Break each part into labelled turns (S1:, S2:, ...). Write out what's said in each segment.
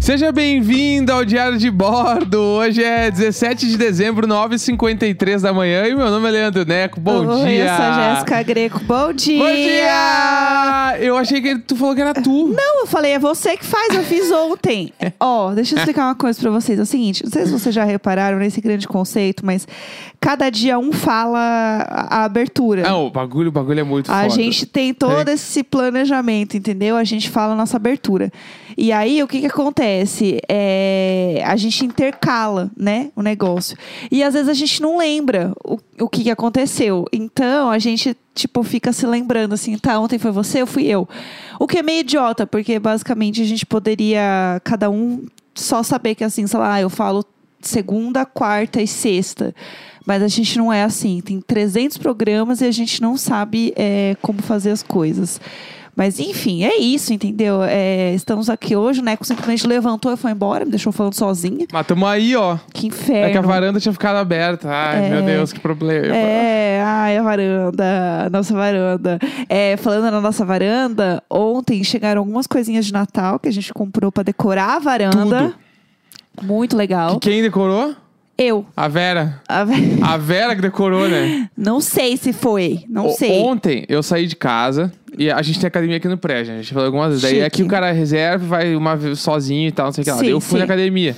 S1: Seja bem-vindo ao Diário de Bordo. Hoje é 17 de dezembro, 9h53 da manhã. E meu nome é Leandro Neco. Bom
S2: Oi,
S1: dia.
S2: Eu sou a Jéssica Greco. Bom dia!
S1: Bom dia! Eu achei que tu falou que era tu.
S2: Não, eu falei, é você que faz, eu fiz ontem.
S1: É.
S2: Ó, deixa eu explicar uma coisa pra vocês. É o seguinte, não sei se vocês já repararam nesse grande conceito, mas cada dia um fala a a abertura.
S1: Não, o bagulho, o bagulho é muito
S2: A
S1: foda. É.
S2: gente tem todo esse planejamento, entendeu? A gente fala a nossa abertura. E aí, o que que acontece? É, a gente intercala, né, o negócio. E às vezes a gente não lembra o, o que que aconteceu. Então, a gente, tipo, fica se lembrando, assim, tá, ontem foi você, eu fui eu. O que é meio idiota, porque basicamente a gente poderia, cada um, só saber que, assim, sei lá, eu falo segunda, quarta e sexta. Mas a gente não é assim. Tem 300 programas e a gente não sabe é, como fazer as coisas. Mas enfim, é isso, entendeu? É, estamos aqui hoje, né? Simplesmente levantou e foi embora, me deixou falando sozinha.
S1: Mas tamo aí, ó.
S2: Que
S1: É que a
S2: inferno.
S1: varanda tinha ficado aberta. Ai, meu Deus, que problema.
S2: É, ai, a varanda, a nossa varanda. É, falando na nossa varanda, ontem chegaram algumas coisinhas de Natal que a gente comprou pra decorar a varanda. Muito legal.
S1: Que é? quem decorou?
S2: Eu.
S1: A Vera.
S2: A-
S1: A Vera que decorou, né?
S2: Não sei se foi, não
S1: O-
S2: sei.
S1: Ontem eu saí de casa e a gente tem academia aqui no prédio, né? a gente falou algumas vezes. Daí
S2: Chique.
S1: aqui o cara reserva, e vai uma vez sozinho e tal, não sei o que lá.
S2: Sim,
S1: Daí eu fui
S2: sim.
S1: na academia.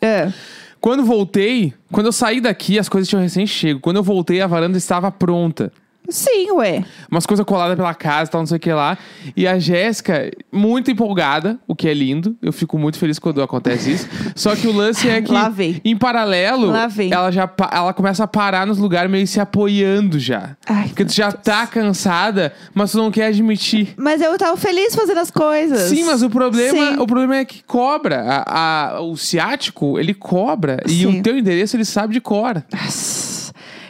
S2: É.
S1: Quando voltei, quando eu saí daqui, as coisas tinham recém chego. Quando eu voltei, a varanda estava pronta.
S2: Sim, ué.
S1: Umas coisas coladas pela casa e tal, não sei o que lá. E a Jéssica, muito empolgada, o que é lindo. Eu fico muito feliz quando acontece isso. Só que o lance é que,
S2: Lá vem.
S1: em paralelo,
S2: Lá vem.
S1: ela já pa- ela começa a parar nos lugares meio se apoiando já.
S2: Ai,
S1: Porque tu já tá cansada, mas tu não quer admitir.
S2: Mas eu tava feliz fazendo as coisas.
S1: Sim, mas o problema,
S2: Sim.
S1: o problema é que cobra. A- a- o ciático, ele cobra. E
S2: Sim.
S1: o teu endereço, ele sabe de cor.
S2: Nossa,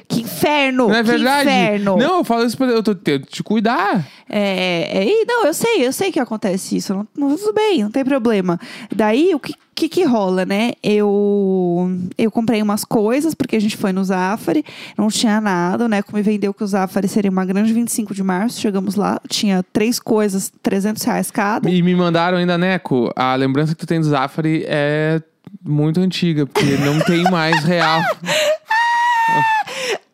S2: Que inferno!
S1: Não é verdade?
S2: Que inferno!
S1: Não, eu falo isso pra eu tô tento te cuidar.
S2: É, é, e não, eu sei, eu sei que acontece isso. Não, não- tudo bem, não tem problema. Daí, o que, que que rola, né? Eu eu comprei umas coisas, porque a gente foi no Zafari, não tinha nada, né? Como me vendeu que o Zafari seria uma grande 25 de março, chegamos lá, tinha três coisas, 300 reais cada.
S1: E me mandaram ainda, Neco, a lembrança que tu tem do Zafari é muito antiga, porque não tem mais real.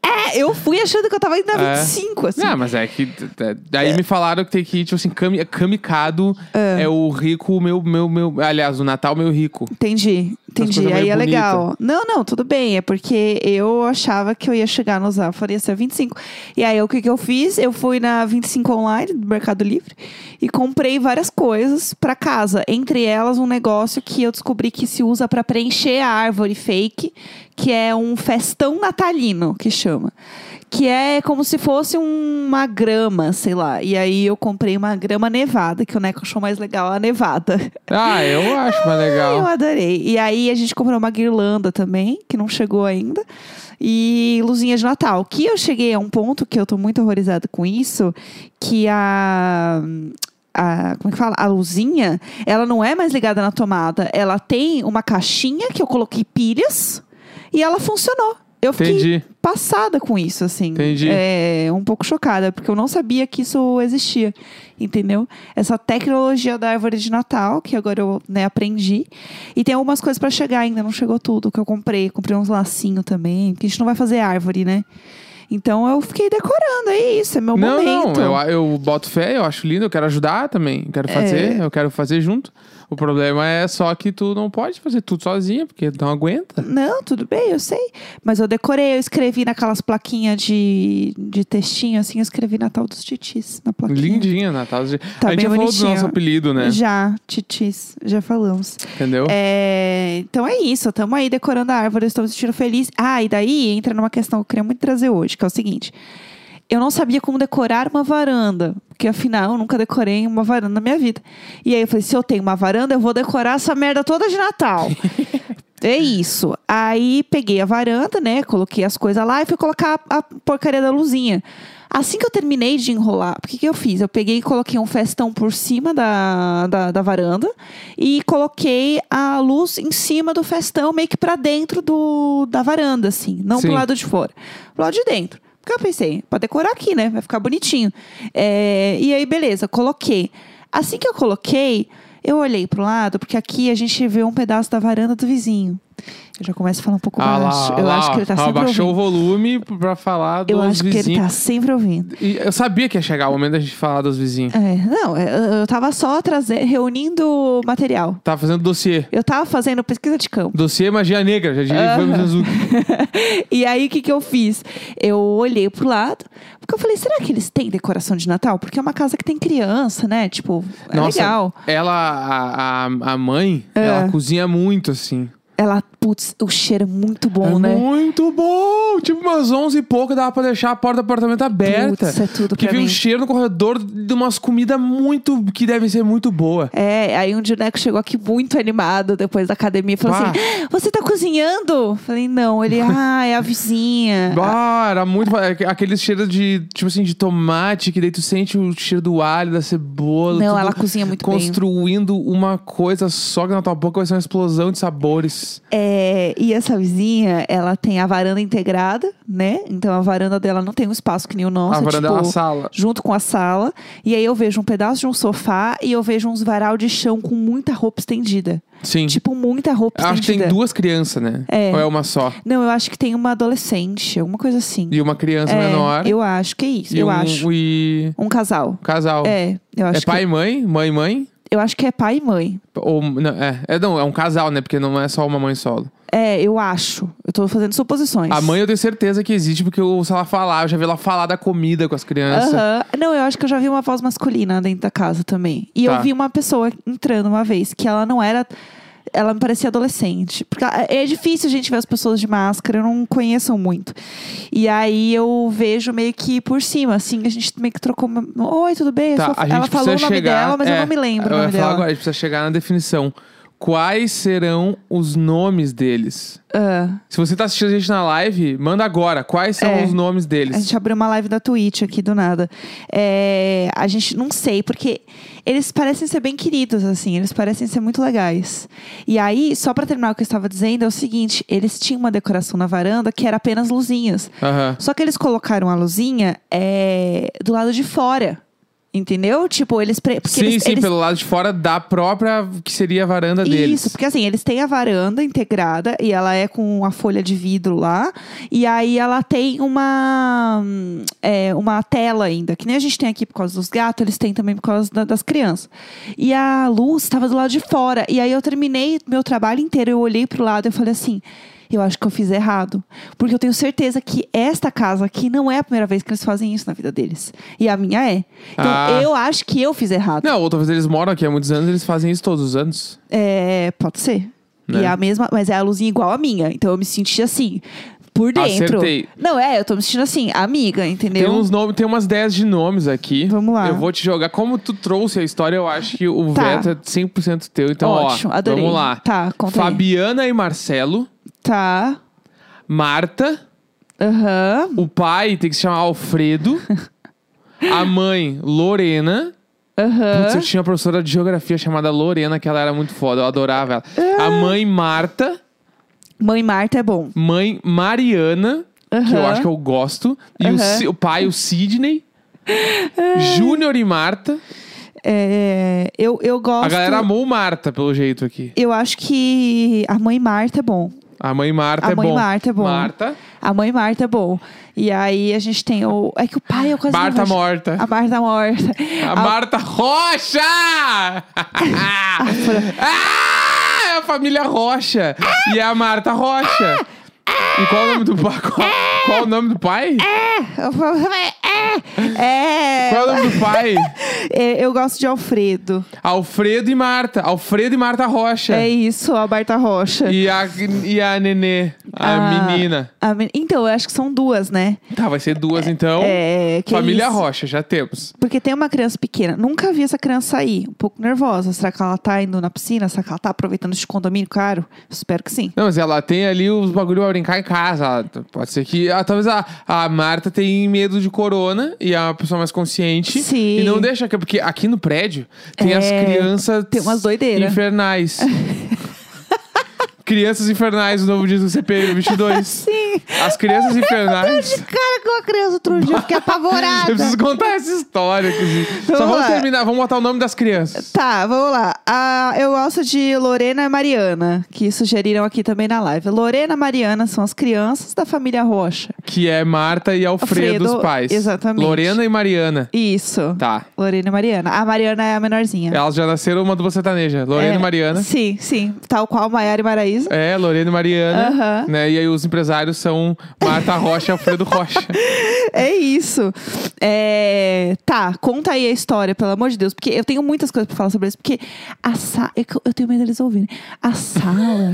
S2: É, eu fui achando que eu tava indo na
S1: É.
S2: 25, assim.
S1: Não, mas é que. é, Daí me falaram que tem que ir, tipo assim, kami- kamikado é. o rico, o meu, meu, meu. Aliás, o Natal, meu rico.
S2: Entendi, entendi.
S1: coisas
S2: Aí
S1: meio
S2: é
S1: bonita.
S2: legal. Não, não, tudo bem. É porque eu achava que eu ia chegar no Zafari, ia ser 25. assim, "É E aí, o que, que eu fiz? Eu fui na 25 Online, do Mercado Livre, e comprei várias coisas pra casa. Entre elas, um negócio que eu descobri que se usa pra preencher a árvore fake, que é um festão natalino, que chama. Que é como se fosse um- uma grama, sei lá. E aí, eu comprei uma grama nevada, que o Neco achou mais legal, a nevada.
S1: Ah, eu acho mais
S2: Eu
S1: legal.
S2: adorei. E aí a gente comprou uma guirlanda também, que não chegou ainda. E luzinha de Natal. Que eu cheguei a um ponto que eu tô muito horrorizada com isso, que a. A, como é que fala? A luzinha, ela não é mais ligada na tomada. Ela tem uma caixinha que eu coloquei pilhas e ela funcionou. Eu fiquei
S1: Entendi.
S2: passada com isso, assim.
S1: Entendi.
S2: É, um pouco chocada, porque eu não sabia que isso existia, entendeu? Essa tecnologia da árvore de Natal, que agora eu né, aprendi. E tem algumas coisas pra chegar ainda, não chegou tudo que eu comprei. Comprei uns lacinhos também, porque a gente não vai fazer árvore, né? Então eu fiquei decorando, é isso, é meu
S1: Não, não,
S2: momento.
S1: eu, eu boto fé, eu acho lindo, eu quero ajudar também, quero fazer,
S2: É.
S1: eu quero fazer junto. O problema é só que tu não pode fazer tudo sozinha, porque tu não aguenta.
S2: Não, tudo bem, eu sei. Mas eu decorei, eu escrevi naquelas plaquinhas de, de textinho, assim, eu escrevi Natal dos Titis na plaquinha.
S1: Lindinha, Natal.
S2: Tá
S1: a gente
S2: bem
S1: já falou do
S2: bonitinho.
S1: nosso apelido, né?
S2: Já, Titis, já falamos.
S1: Entendeu?
S2: É, então é isso, estamos aí decorando a árvore, eu estou me sentindo feliz. Ah, e daí entra numa questão que eu queria muito trazer hoje, que é o seguinte. Eu não sabia como decorar uma varanda, porque afinal eu nunca decorei uma varanda na minha vida. E aí eu falei, se eu tenho uma varanda, eu vou decorar essa merda toda de Natal. é isso. Aí peguei a varanda, né? Coloquei as coisas lá e fui colocar a, a porcaria da luzinha. Assim que eu terminei de enrolar, o que, que eu fiz? Eu peguei e coloquei um festão por cima da, da, da varanda e coloquei a luz em cima do festão, meio que pra dentro do, da varanda, assim. Não
S1: Sim.
S2: pro lado de fora, pro lado de dentro. Porque eu pensei, pra decorar aqui, né? Vai ficar bonitinho. É, e aí, beleza, coloquei. Assim que eu coloquei, Eu olhei pro lado, porque aqui a gente vê um pedaço da varanda do vizinho. Eu já começo a falar um pouco
S1: Ah,
S2: baixo.
S1: lá,
S2: eu
S1: lá,
S2: acho que ele tá
S1: ó,
S2: sempre
S1: Abaixou
S2: ouvindo.
S1: o volume pra falar dos
S2: Eu acho
S1: vizinhos.
S2: que ele tá sempre ouvindo.
S1: E eu sabia que ia chegar o momento da gente falar dos vizinhos.
S2: É, não, eu eu tava só trazer, reunindo material.
S1: Tava Tá fazendo dossiê.
S2: Eu tava fazendo pesquisa de campo. Dossiê
S1: magia negra, já diria
S2: Aham.
S1: Ivan Mizanzuki.
S2: e aí, o que, que eu fiz? Eu olhei pro lado, porque eu falei, será que eles têm decoração de Natal? Porque é uma casa que tem criança, né? Tipo, é
S1: Nossa,
S2: legal.
S1: Ela, a, a, a mãe,
S2: É.
S1: ela cozinha muito, assim.
S2: Ela, putz, o cheiro é muito bom,
S1: é
S2: né?
S1: muito bom! Tipo, umas 11 e pouco dava pra deixar a porta do apartamento aberta.
S2: Putz, é tudo
S1: Porque
S2: pra
S1: vi um
S2: mim.
S1: cheiro no corredor de umas comidas muito... Que devem ser muito boa.
S2: É, aí um dia o Neco chegou aqui muito animado depois da academia e falou
S1: Bah.
S2: assim: Você tá cozinhando? Falei, não. Ele, ah, é a vizinha.
S1: Ah, era muito... Aquele cheiro de, tipo assim, de tomate. Que daí tu sente o cheiro do alho, da cebola.
S2: não,
S1: tudo
S2: ela cozinha muito bem.
S1: Construindo uma coisa só que na tua boca vai ser uma explosão de sabores.
S2: É, e essa vizinha, ela tem a varanda integrada, né? Então a varanda dela não tem um espaço que nem o nosso.
S1: a varanda
S2: tipo,
S1: é uma sala.
S2: junto com a sala. E aí eu vejo um pedaço de um sofá e eu vejo uns varal de chão com muita roupa estendida.
S1: Sim.
S2: Tipo, muita roupa
S1: Acho que
S2: estendida.
S1: tem duas crianças, né?
S2: É.
S1: Ou é uma só?
S2: Não, eu acho que tem uma adolescente, alguma coisa assim.
S1: E uma criança
S2: é,
S1: menor.
S2: Eu acho que é isso,
S1: e
S2: eu
S1: um,
S2: acho.
S1: E
S2: Um casal.
S1: um casal.
S2: É, eu acho,
S1: É pai
S2: que,
S1: e mãe? Mãe e mãe?
S2: eu acho que é pai e mãe.
S1: Ou, não, é, é, não, é um casal, né? Porque não é só uma mãe solo.
S2: É, eu acho. Eu tô fazendo suposições.
S1: A mãe eu tenho certeza que existe, porque eu ouço ela falar, eu já vi ela falar da comida com as crianças.
S2: Aham. Não, eu acho que eu já vi uma voz masculina dentro da casa também. E
S1: Tá.
S2: eu vi uma pessoa entrando uma vez, que ela não era. Ela me parecia adolescente. Porque ela- é difícil a gente ver as pessoas de máscara, eu não conheço muito. E aí eu vejo meio que por cima, assim, a gente meio que trocou. uma- Oi, tudo bem? Eu
S1: Tá,
S2: só-
S1: a gente
S2: ela falou
S1: precisa
S2: o nome
S1: chegar,
S2: dela, mas eu
S1: é,
S2: não me lembro
S1: eu
S2: o
S1: ia
S2: nome
S1: falar
S2: dela.
S1: agora, a gente precisa chegar na definição. Quais serão os nomes deles?
S2: Ah,
S1: Se você tá assistindo a gente na live, manda agora. Quais são
S2: É.
S1: os nomes deles?
S2: a gente abriu uma live da Twitch aqui do nada. É, a gente não sei, porque eles parecem ser bem queridos, assim, eles parecem ser muito legais. E aí, só pra terminar o que eu estava dizendo, é o seguinte: eles tinham uma decoração na varanda que era apenas luzinhas.
S1: Aham.
S2: Só que eles colocaram a luzinha é, do lado de fora. Entendeu? Tipo, eles. pre- Porque
S1: Sim,
S2: eles,
S1: sim,
S2: eles-
S1: pelo lado de fora da própria, que seria a varanda deles.
S2: Isso, porque assim, eles têm a varanda integrada e ela é com a folha de vidro lá. E aí ela tem uma, hum, é, uma tela ainda, que nem a gente tem aqui por causa dos gatos, eles têm também por causa da- das crianças. E a luz estava do lado de fora. E aí eu terminei meu trabalho inteiro, eu olhei pro lado e eu falei assim. Eu acho que eu fiz errado. Porque eu tenho certeza que esta casa aqui não é a primeira vez que eles fazem isso na vida deles. E a minha é. Então
S1: Ah.
S2: eu acho que eu fiz errado.
S1: Não, ou talvez eles moram aqui há muitos anos, eles fazem isso todos os anos.
S2: É, pode ser.
S1: Né?
S2: E é a mesma, mas é a luzinha igual a minha. Então eu me senti assim, por dentro.
S1: Acertei.
S2: Não, é, eu tô me sentindo assim, amiga, entendeu?
S1: Tem uns nomes, tem umas 10 de nomes aqui.
S2: Vamos lá.
S1: Eu vou te jogar. Como tu trouxe a história, eu acho que o
S2: Tá.
S1: veto é 100% teu. Então,
S2: Ótimo,
S1: ó,
S2: adorei.
S1: vamos lá.
S2: Tá, conta aí.
S1: Fabiana e Marcelo,
S2: Tá.
S1: Marta,
S2: Aham.
S1: o pai tem que se chamar Alfredo, a mãe Lorena.
S2: Aham.
S1: Putz, eu tinha uma professora de geografia chamada Lorena, que ela era muito foda, eu adorava ela.
S2: Ah.
S1: A mãe Marta,
S2: Mãe Marta é bom.
S1: mãe Mariana, que eu
S2: Aham.
S1: acho que eu gosto, e o,
S2: Aham. Ah.
S1: Si- o pai, o Sidney, Júnior e Marta.
S2: É, eu, eu gosto.
S1: A galera amou Marta, pelo jeito aqui.
S2: Eu acho que a mãe Marta é bom.
S1: A mãe Marta
S2: A
S1: é
S2: mãe
S1: bom.
S2: Marta é bom.
S1: Marta.
S2: A mãe Marta é bom. E aí a gente tem o. É que o pai eu quase não
S1: Marta
S2: vejo-
S1: morta.
S2: A Marta morta.
S1: A, Marta Rocha! ah, é a família Rocha. E é a Marta Rocha. E qual é o nome do pai? Qual, qual o nome do pai?
S2: É.
S1: Qual é o nome do pai?
S2: É, eu gosto de Alfredo.
S1: Alfredo e Marta. Alfredo e Marta Rocha.
S2: É isso, a Marta Rocha.
S1: E a, e a Nenê, a
S2: Ah,
S1: menina.
S2: a men- Então, eu acho que são duas, né?
S1: Tá, vai ser duas então.
S2: É, que
S1: Família
S2: isso.
S1: Rocha, já temos.
S2: Porque tem uma criança pequena. Nunca vi essa criança sair. Um pouco nervosa. Será que ela tá indo na piscina? Será que ela tá aproveitando esse condomínio caro? Espero que sim.
S1: Não, mas ela tem ali os bagulho pra brincar em casa. Ela- Pode ser que. ah, talvez a, a Marta tem medo de corona e é uma pessoa mais consciente.
S2: Sim.
S1: E não deixa. que- é Porque aqui no prédio tem as
S2: É,
S1: crianças.
S2: tem umas doideiras.
S1: Infernais. Crianças Infernais, o novo disco do CPM 22.
S2: Sim.
S1: As Crianças
S2: De
S1: Infernais.
S2: cara com a criança outro dia, eu fiquei apavorada.
S1: Eu preciso contar essa história. inclusive. Só
S2: Vamos
S1: vamos
S2: lá.
S1: terminar, vamos botar o nome das crianças.
S2: Tá, vamos lá. A- eu gosto de Lorena e Mariana, que sugeriram aqui também na live. Lorena e Mariana são as crianças da família Rocha.
S1: Que é Marta e Alfredo,
S2: Alfredo,
S1: os pais.
S2: exatamente.
S1: Lorena e Mariana.
S2: Isso.
S1: Tá.
S2: Lorena e Mariana. A Mariana é a menorzinha.
S1: Elas já nasceram uma dupla sertaneja. Lorena
S2: É,
S1: e Mariana.
S2: Sim, sim. Tal qual Maiara e Maraísa.
S1: É, Lorena e Mariana.
S2: Aham.
S1: Né? E aí os empresários são Marta Rocha e Alfredo Rocha.
S2: É isso. É, Tá, conta aí a história, pelo amor de Deus. Porque eu tenho muitas coisas pra falar sobre isso. Porque a sala. Eu, eu tenho medo deles ouvirem. A sala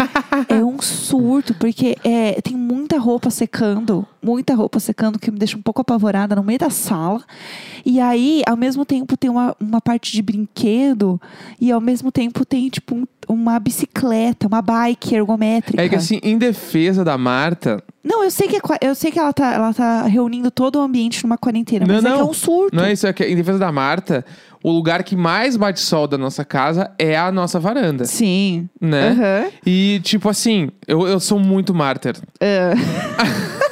S2: é um surto, porque é, tem muita roupa secando. Muita roupa secando, que me deixa um pouco apavorada no meio da sala. E aí, ao mesmo tempo, tem uma, uma parte de brinquedo. E ao mesmo tempo, tem, tipo, um- uma bicicleta, uma bike ergométrica.
S1: É que assim, em defesa da Marta,
S2: Não, eu sei que, é qua- eu sei que ela, tá, ela tá reunindo todo o ambiente numa quarentena,
S1: Não,
S2: mas é que é
S1: não.
S2: um surto.
S1: não é isso, é que em defesa da Marta, o lugar que mais bate sol da nossa casa é a nossa varanda,
S2: Sim.
S1: né?
S2: Aham.
S1: E tipo assim, eu, eu sou muito mártir.
S2: É.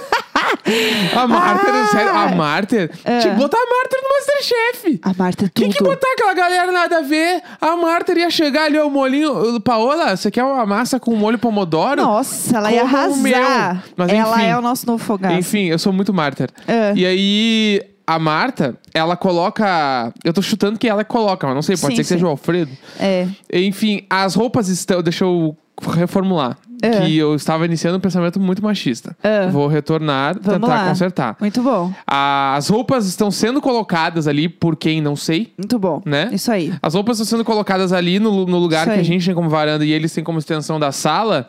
S1: A Márter,
S2: Ah!
S1: sério, a Márter. Tinha que botar a Márter no Masterchef.
S2: A Marta é tudo.
S1: Tem que botar aquela galera nada a ver. A Márter ia chegar ali, ó, o molinho. Paola, você quer uma massa com molho pomodoro?
S2: Nossa, ela ia
S1: Como o
S2: arrasar.
S1: meu. Mas
S2: ela
S1: enfim.
S2: é o nosso novo fogado.
S1: Enfim, eu sou muito mártir.
S2: É.
S1: E aí, a Marta, ela coloca. Eu tô chutando que ela coloca, mas não sei, pode
S2: Sim,
S1: ser que
S2: sim.
S1: seja o Alfredo.
S2: É.
S1: Enfim, as roupas estão. Deixa eu reformular.
S2: É.
S1: Que eu estava iniciando um pensamento muito machista.
S2: É.
S1: Vou retornar,
S2: Vamos
S1: tentar
S2: lá.
S1: Então tá, consertar.
S2: Muito bom.
S1: As roupas estão sendo colocadas ali por quem não sei,
S2: Muito bom.
S1: né?
S2: Isso aí.
S1: As roupas estão sendo colocadas ali no, lu- no lugar
S2: Isso
S1: que a
S2: aí.
S1: gente tem como varanda e eles têm como extensão da sala.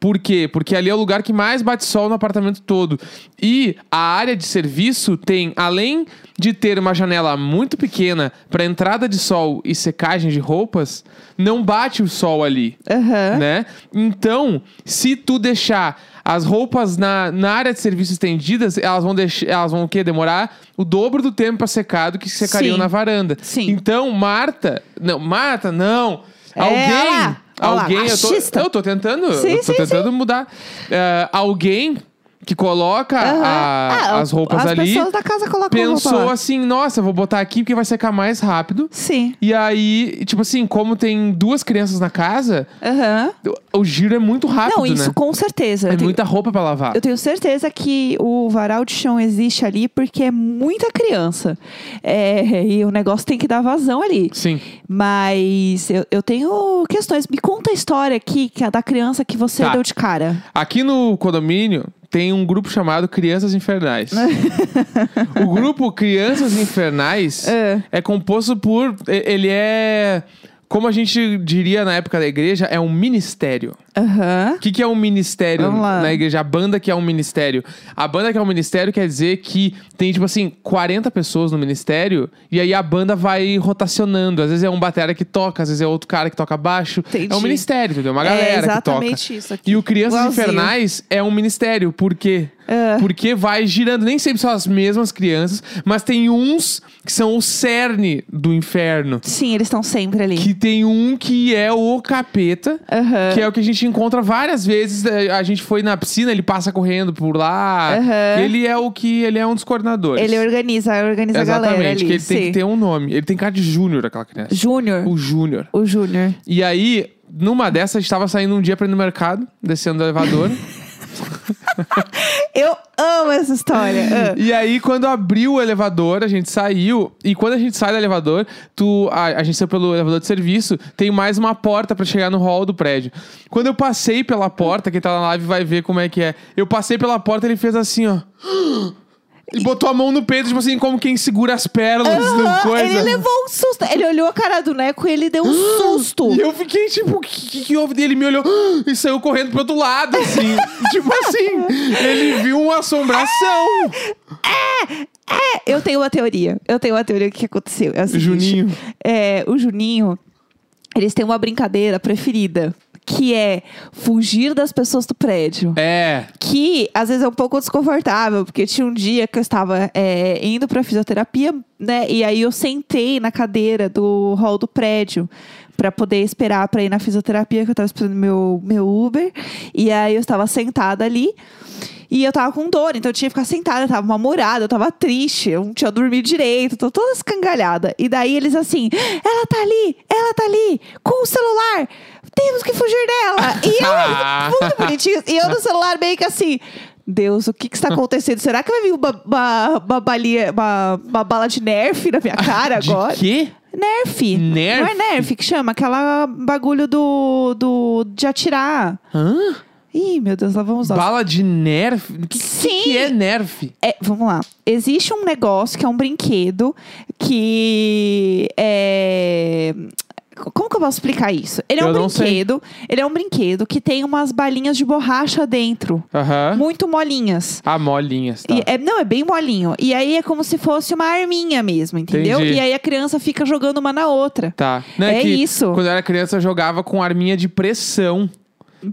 S1: Por quê? Porque ali é o lugar que mais bate sol no apartamento todo. E a área de serviço tem, além de ter uma janela muito pequena para entrada de sol e secagem de roupas, não bate o sol ali
S2: Aham.
S1: né? Então, se tu deixar as roupas na, na área de serviço estendidas, elas vão deixar, elas vão o quê? Demorar o dobro do tempo para secar do que secariam
S2: Sim.
S1: na varanda.
S2: Sim.
S1: Então, Marta, não, Marta, não.
S2: É, olha
S1: alguém,
S2: lá, olha lá,
S1: alguém, eu tô,
S2: machista.
S1: eu tô tentando,
S2: Sim,
S1: eu tô
S2: sim,
S1: tentando mudar. É, alguém que coloca
S2: Aham.
S1: a-
S2: Ah,
S1: as roupas
S2: as
S1: ali
S2: pessoas da casa colocam roupa
S1: pensou
S2: lá.
S1: assim, nossa, vou botar aqui porque vai secar mais rápido.
S2: Sim.
S1: E aí, tipo assim, como tem duas crianças na casa,
S2: Aham.
S1: o- O giro é muito rápido,
S2: Não, isso
S1: né?
S2: com certeza.
S1: É
S2: Eu tenho-
S1: muita roupa pra lavar.
S2: Eu tenho certeza que o varal de chão existe ali porque é muita criança. É, e o negócio tem que dar vazão ali.
S1: Sim.
S2: Mas eu, eu tenho questões. Me conta a história aqui que é da criança que você
S1: Tá.
S2: deu de cara.
S1: Aqui no condomínio tem um grupo chamado Crianças Infernais. o grupo Crianças Infernais
S2: É.
S1: é composto por. e- Ele é. Como a gente diria na época da igreja, é um ministério.
S2: Aham.
S1: O que, que é um ministério
S2: Vamos lá.
S1: na igreja? A banda que é um ministério. A banda que é um ministério quer dizer que tem, tipo assim, 40 pessoas no ministério e aí a banda vai rotacionando. Às vezes é um batera que toca, às vezes é outro cara que toca baixo.
S2: Entendi.
S1: É um ministério, entendeu? Uma
S2: é
S1: galera que toca.
S2: exatamente isso aqui.
S1: E o Crianças
S2: Igualzinho. É.
S1: Infernais é um ministério. Por quê? Porque vai girando. Nem sempre são as mesmas crianças, mas tem uns que são o cerne do inferno.
S2: Sim, eles estão sempre ali.
S1: Que tem um que é o capeta.
S2: Aham.
S1: Que é o que a gente encontra várias vezes. Eh, A gente foi na piscina, ele passa correndo por lá.
S2: Aham.
S1: Ele é o que. Ele é um dos coordenadores.
S2: Ele organiza, organiza
S1: Exatamente,
S2: a galera ali.
S1: que ele tem
S2: sim.
S1: que ter um nome. Ele tem cara de Júnior, aquela criança.
S2: Júnior.
S1: O Júnior.
S2: O Júnior.
S1: E aí, numa dessas, a gente tava saindo um dia pra ir no mercado, descendo do elevador.
S2: Eu amo essa história. Ah.
S1: e aí, quando abriu o elevador, a gente saiu. E quando a gente sai do elevador, tu, a, a gente saiu pelo elevador de serviço, tem mais uma porta pra chegar no hall do prédio. Quando eu passei pela porta, quem tá na live vai ver como é que é. Eu passei pela porta, ele fez assim, ó. E botou a mão no peito, tipo assim, como quem segura as pernas no
S2: Aham,
S1: coisa.
S2: Ele levou um susto. Ele olhou a cara do Neco e ele deu um susto.
S1: E eu fiquei tipo, o que, que, que houve dele? Me olhou "Ah", e saiu correndo pro outro lado, assim. tipo assim, ele viu uma assombração.
S2: É, Eu tenho uma teoria. Eu tenho uma teoria do que aconteceu. É o seguinte,
S1: Juninho.
S2: é, o Juninho, eles têm uma brincadeira preferida, que é fugir das pessoas do prédio.
S1: É,
S2: Que às vezes é um pouco desconfortável, porque tinha um dia que eu estava é, indo pra fisioterapia, né? E aí eu sentei na cadeira do hall do prédio para poder esperar para ir na fisioterapia, que eu tava esperando meu, meu Uber. E aí eu estava sentada ali. E eu tava com dor, então eu tinha que ficar sentada, eu tava mal-humorada, eu tava triste, eu não tinha dormido direito, tô toda escangalhada. E daí eles assim, ela tá ali, ela tá ali, com o celular, temos que fugir dela. E eu, muito bonitinho, e eu
S1: Ah.
S2: no celular meio que assim, Deus, o que que está acontecendo? Será que vai vir uma, uma, uma balia- uma- uma bala de nerf na minha cara
S1: Ah, De
S2: agora?
S1: quê?
S2: Nerf.
S1: Nerf?
S2: Não é nerf que chama? Aquela bagulho do, do, de atirar.
S1: Hã?
S2: Ih, meu Deus, lá vamos nós.
S1: Bala de nerf? O que,
S2: Sim.
S1: que, que é nerf?
S2: É, vamos lá. Existe um negócio que é um brinquedo que é. Como que eu posso explicar isso? Ele é
S1: Eu
S2: um
S1: não sei.
S2: brinquedo. Ele é um brinquedo que tem umas balinhas de borracha dentro,
S1: Aham.
S2: muito molinhas.
S1: Ah, molinhas, tá.
S2: E é- não, é bem molinho. E aí é como se fosse uma arminha mesmo, entendeu?
S1: Entendi.
S2: E aí a criança fica jogando uma na outra.
S1: Tá. Não,
S2: É
S1: que
S2: isso.
S1: Quando eu era criança, eu jogava com arminha de pressão.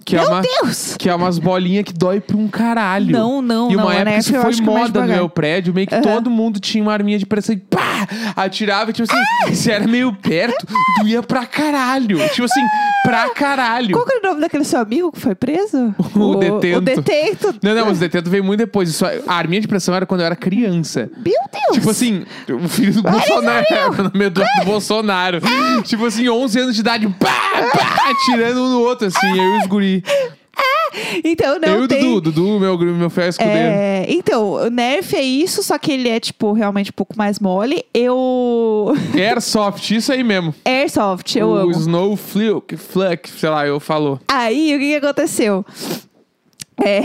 S1: Que é
S2: Meu
S1: uma,
S2: Deus!
S1: Que é umas bolinhas que dói pra um caralho.
S2: Não, não,
S1: E uma
S2: não, a
S1: época
S2: Nerf
S1: isso
S2: eu
S1: foi
S2: acho que é mais
S1: moda no
S2: devagar.
S1: meu prédio, meio que todo mundo tinha uma arminha de pressão e pá! Atirava, tipo assim,
S2: Ah!
S1: se era meio perto, doía pra caralho. Tipo assim, pra caralho.
S2: Qual que era o nome daquele seu amigo que foi preso?
S1: O detento.
S2: O detento.
S1: Não, não, os detentos veio muito depois. Isso, a arminha de pressão era quando eu era criança.
S2: Meu Deus!
S1: Tipo assim, o filho do Bolsonaro, o nome é do do Bolsonaro.
S2: É.
S1: Tipo assim, 11 anos de idade, pá, pá, atirando um no outro, assim, eu e os guri.
S2: Então não
S1: assim, eu e o
S2: tem...
S1: Dudu, Dudu, meu, guri- meu fiel escudeiro.
S2: É, então, o Nerf é isso, só que ele é, tipo, realmente um pouco mais mole. Eu.
S1: Airsoft, isso aí mesmo.
S2: Airsoft, eu
S1: o
S2: amo.
S1: Snow Fluke, Fluck, sei lá, eu falou.
S2: Aí, o que, que aconteceu? É,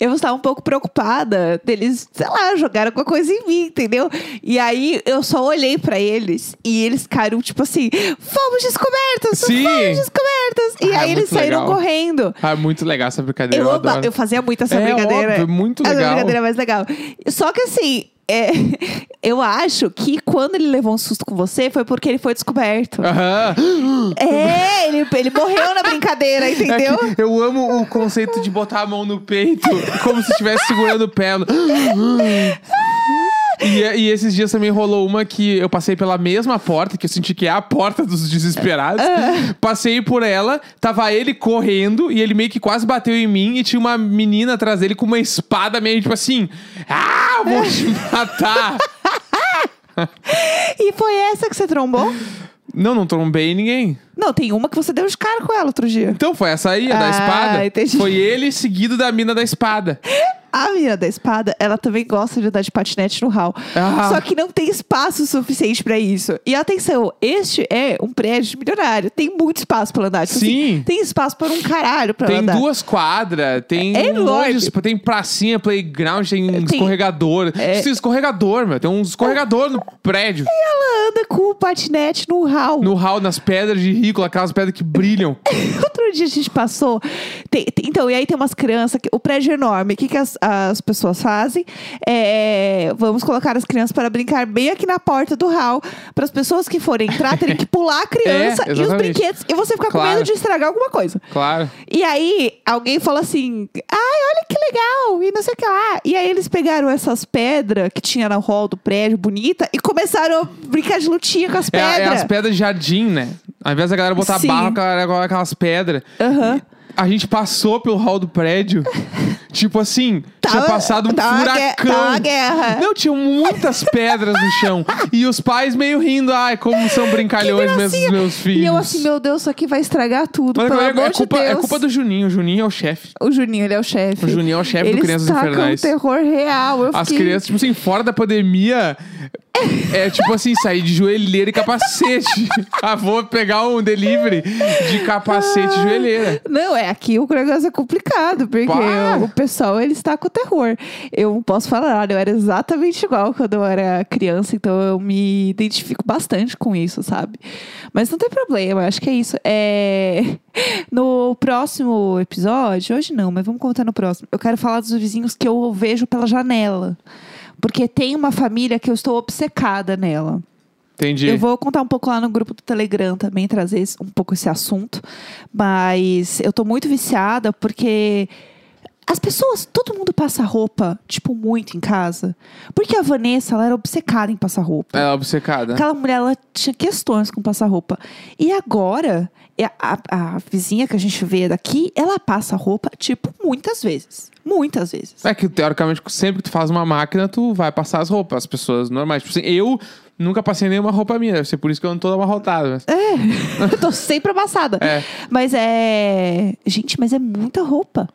S2: eu estava um pouco preocupada deles, sei lá, jogaram alguma coisa em mim, entendeu? E aí eu só olhei pra eles e eles ficaram tipo assim: fomos descobertos!
S1: Sim.
S2: Fomos descobertos! E
S1: Ah,
S2: aí
S1: é
S2: eles
S1: muito
S2: saíram
S1: legal.
S2: correndo.
S1: Ah, é muito legal essa brincadeira.
S2: Eu,
S1: Eu,
S2: ama-
S1: adoro.
S2: eu fazia muito essa
S1: É,
S2: brincadeira.
S1: óbvio, muito
S2: essa
S1: legal.
S2: brincadeira é mais legal. Só que assim, é, eu acho que quando ele levou um susto com você foi porque ele foi descoberto.
S1: Aham.
S2: É, ele, ele morreu na brincadeira,
S1: É que
S2: entendeu?
S1: eu amo o conceito de botar a mão no peito, como se estivesse segurando o pé. E, e esses dias também rolou uma que eu passei pela mesma porta, que eu senti que é a porta dos desesperados. Passei por ela, tava ele correndo e ele meio que quase bateu em mim. E tinha uma menina atrás dele com uma espada meio tipo assim: Ah, eu vou te matar!
S2: E foi essa que você trombou?
S1: Não, não trombei ninguém.
S2: Não, tem uma que você deu de cara com ela outro dia.
S1: Então foi essa aí, a da
S2: Ah,
S1: espada.
S2: entendi.
S1: Foi ele seguido da mina da espada.
S2: A menina da espada, ela também gosta de andar de patinete no hall.
S1: Ah.
S2: Só que não tem espaço suficiente pra isso. E atenção, este é um prédio milionário. Tem muito espaço pra andar. Tipo assim,
S1: Sim.
S2: tem espaço para um caralho pra
S1: Tem
S2: andar.
S1: duas quadras, tem
S2: É
S1: um monte de
S2: enorme.
S1: espa- tem pracinha, playground, tem, um escorregador.
S2: É.
S1: Tem um escorregador, meu. Tem um escorregador no prédio.
S2: Ela anda com o patinete no hall.
S1: No hall, nas pedras de rico, aquelas pedras que brilham. é
S2: Outro dia a gente passou. tem- tem- então, e aí tem umas crianças. que- o prédio é enorme. O que, que as, as pessoas fazem? É, vamos colocar as crianças para brincar bem aqui na porta do hall. Para as pessoas que forem entrar, terem que pular a criança
S1: É,
S2: e os
S1: exatamente.
S2: brinquedos. E você ficar
S1: Claro.
S2: com medo de estragar alguma coisa.
S1: Claro.
S2: E aí, alguém falou assim: ai, olha que legal! E não sei o que lá. E aí, eles pegaram essas pedras que tinha no hall do prédio, bonita, e começaram a brincar de lutinha com as
S1: É,
S2: pedras.
S1: é as pedras de jardim, né? Ao invés da galera botar
S2: Sim.
S1: barro, a galera coloca aquelas pedras.
S2: Aham.
S1: A gente passou pelo hall do prédio. tipo assim, tinha
S2: Tava-
S1: passado um
S2: tava Tá uma gue-
S1: furacão.
S2: tava uma guerra.
S1: Não, tinha muitas pedras no chão. E os pais meio rindo. Ai, como são brincalhões
S2: gracinha.
S1: mesmo meus filhos.
S2: E eu assim, meu Deus, isso aqui vai estragar tudo.
S1: Mas
S2: pelo
S1: é,
S2: amor
S1: é culpa,
S2: de
S1: é
S2: Deus.
S1: culpa do Juninho. O Juninho é o chefe.
S2: O Juninho, ele é o chefe.
S1: O Juninho é o chefe do
S2: Eles
S1: Crianças
S2: tacam
S1: Infernais.
S2: um terror real. Eu
S1: As
S2: fiquei-
S1: crianças, tipo assim, fora da pandemia. É tipo assim, sair de joelheira e capacete. ah, vou pegar um delivery de capacete e joelheira.
S2: Não, é aqui o negócio é complicado, porque
S1: Pá!
S2: o, o pessoal ele está com terror. Eu não posso falar nada, eu era exatamente igual quando eu era criança, então eu me identifico bastante com isso, sabe? Mas não tem problema, eu acho que é isso. É... No próximo episódio, hoje não, mas vamos contar no próximo. Eu quero falar dos vizinhos que eu vejo pela janela. Porque tem uma família que eu estou obcecada nela.
S1: Entendi.
S2: Eu vou contar um pouco lá no grupo do Telegram também, trazer esse- um pouco esse assunto. Mas eu tô muito viciada porque As pessoas, todo mundo passa roupa, tipo, muito em casa. Porque a Vanessa, ela era obcecada em passar roupa.
S1: Ela é obcecada.
S2: Aquela mulher, ela tinha questões com passar roupa. E agora, a, a- a vizinha que a gente vê daqui, ela passa roupa, tipo, muitas vezes. Muitas vezes.
S1: É que, teoricamente, sempre que tu faz uma máquina, tu vai passar as roupas, as pessoas normais. Tipo assim, eu nunca passei nenhuma roupa minha, deve ser por isso que eu não tô amarrotado. Mas...
S2: Eu tô sempre amassada.
S1: É.
S2: Mas é. Gente, mas é muita roupa.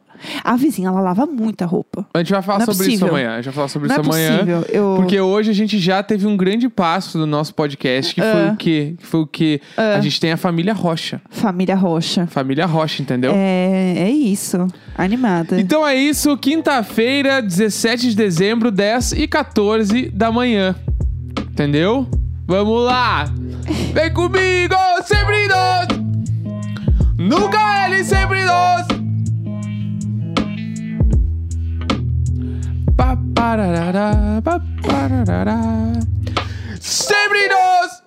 S2: A vizinha, ela lava muita roupa.
S1: A gente vai falar
S2: Não é
S1: sobre isso
S2: possível.
S1: amanhã. A gente vai falar sobre
S2: Não é
S1: isso amanhã.
S2: possível. Eu...
S1: Porque hoje a gente já teve um grande passo do nosso podcast, que foi
S2: Ah.
S1: o quê? Que foi o quê? A gente tem a família Rocha.
S2: Família Rocha.
S1: Família Rocha, entendeu?
S2: É, é isso. Animada.
S1: Então é isso, quinta-feira, 17 de dezembro, 10 e 14 da manhã. Entendeu? Vamos lá! Vem comigo, sempre nós! Nunca ele, sempre nós! Paparará, paparará. Sempre nós! Uh!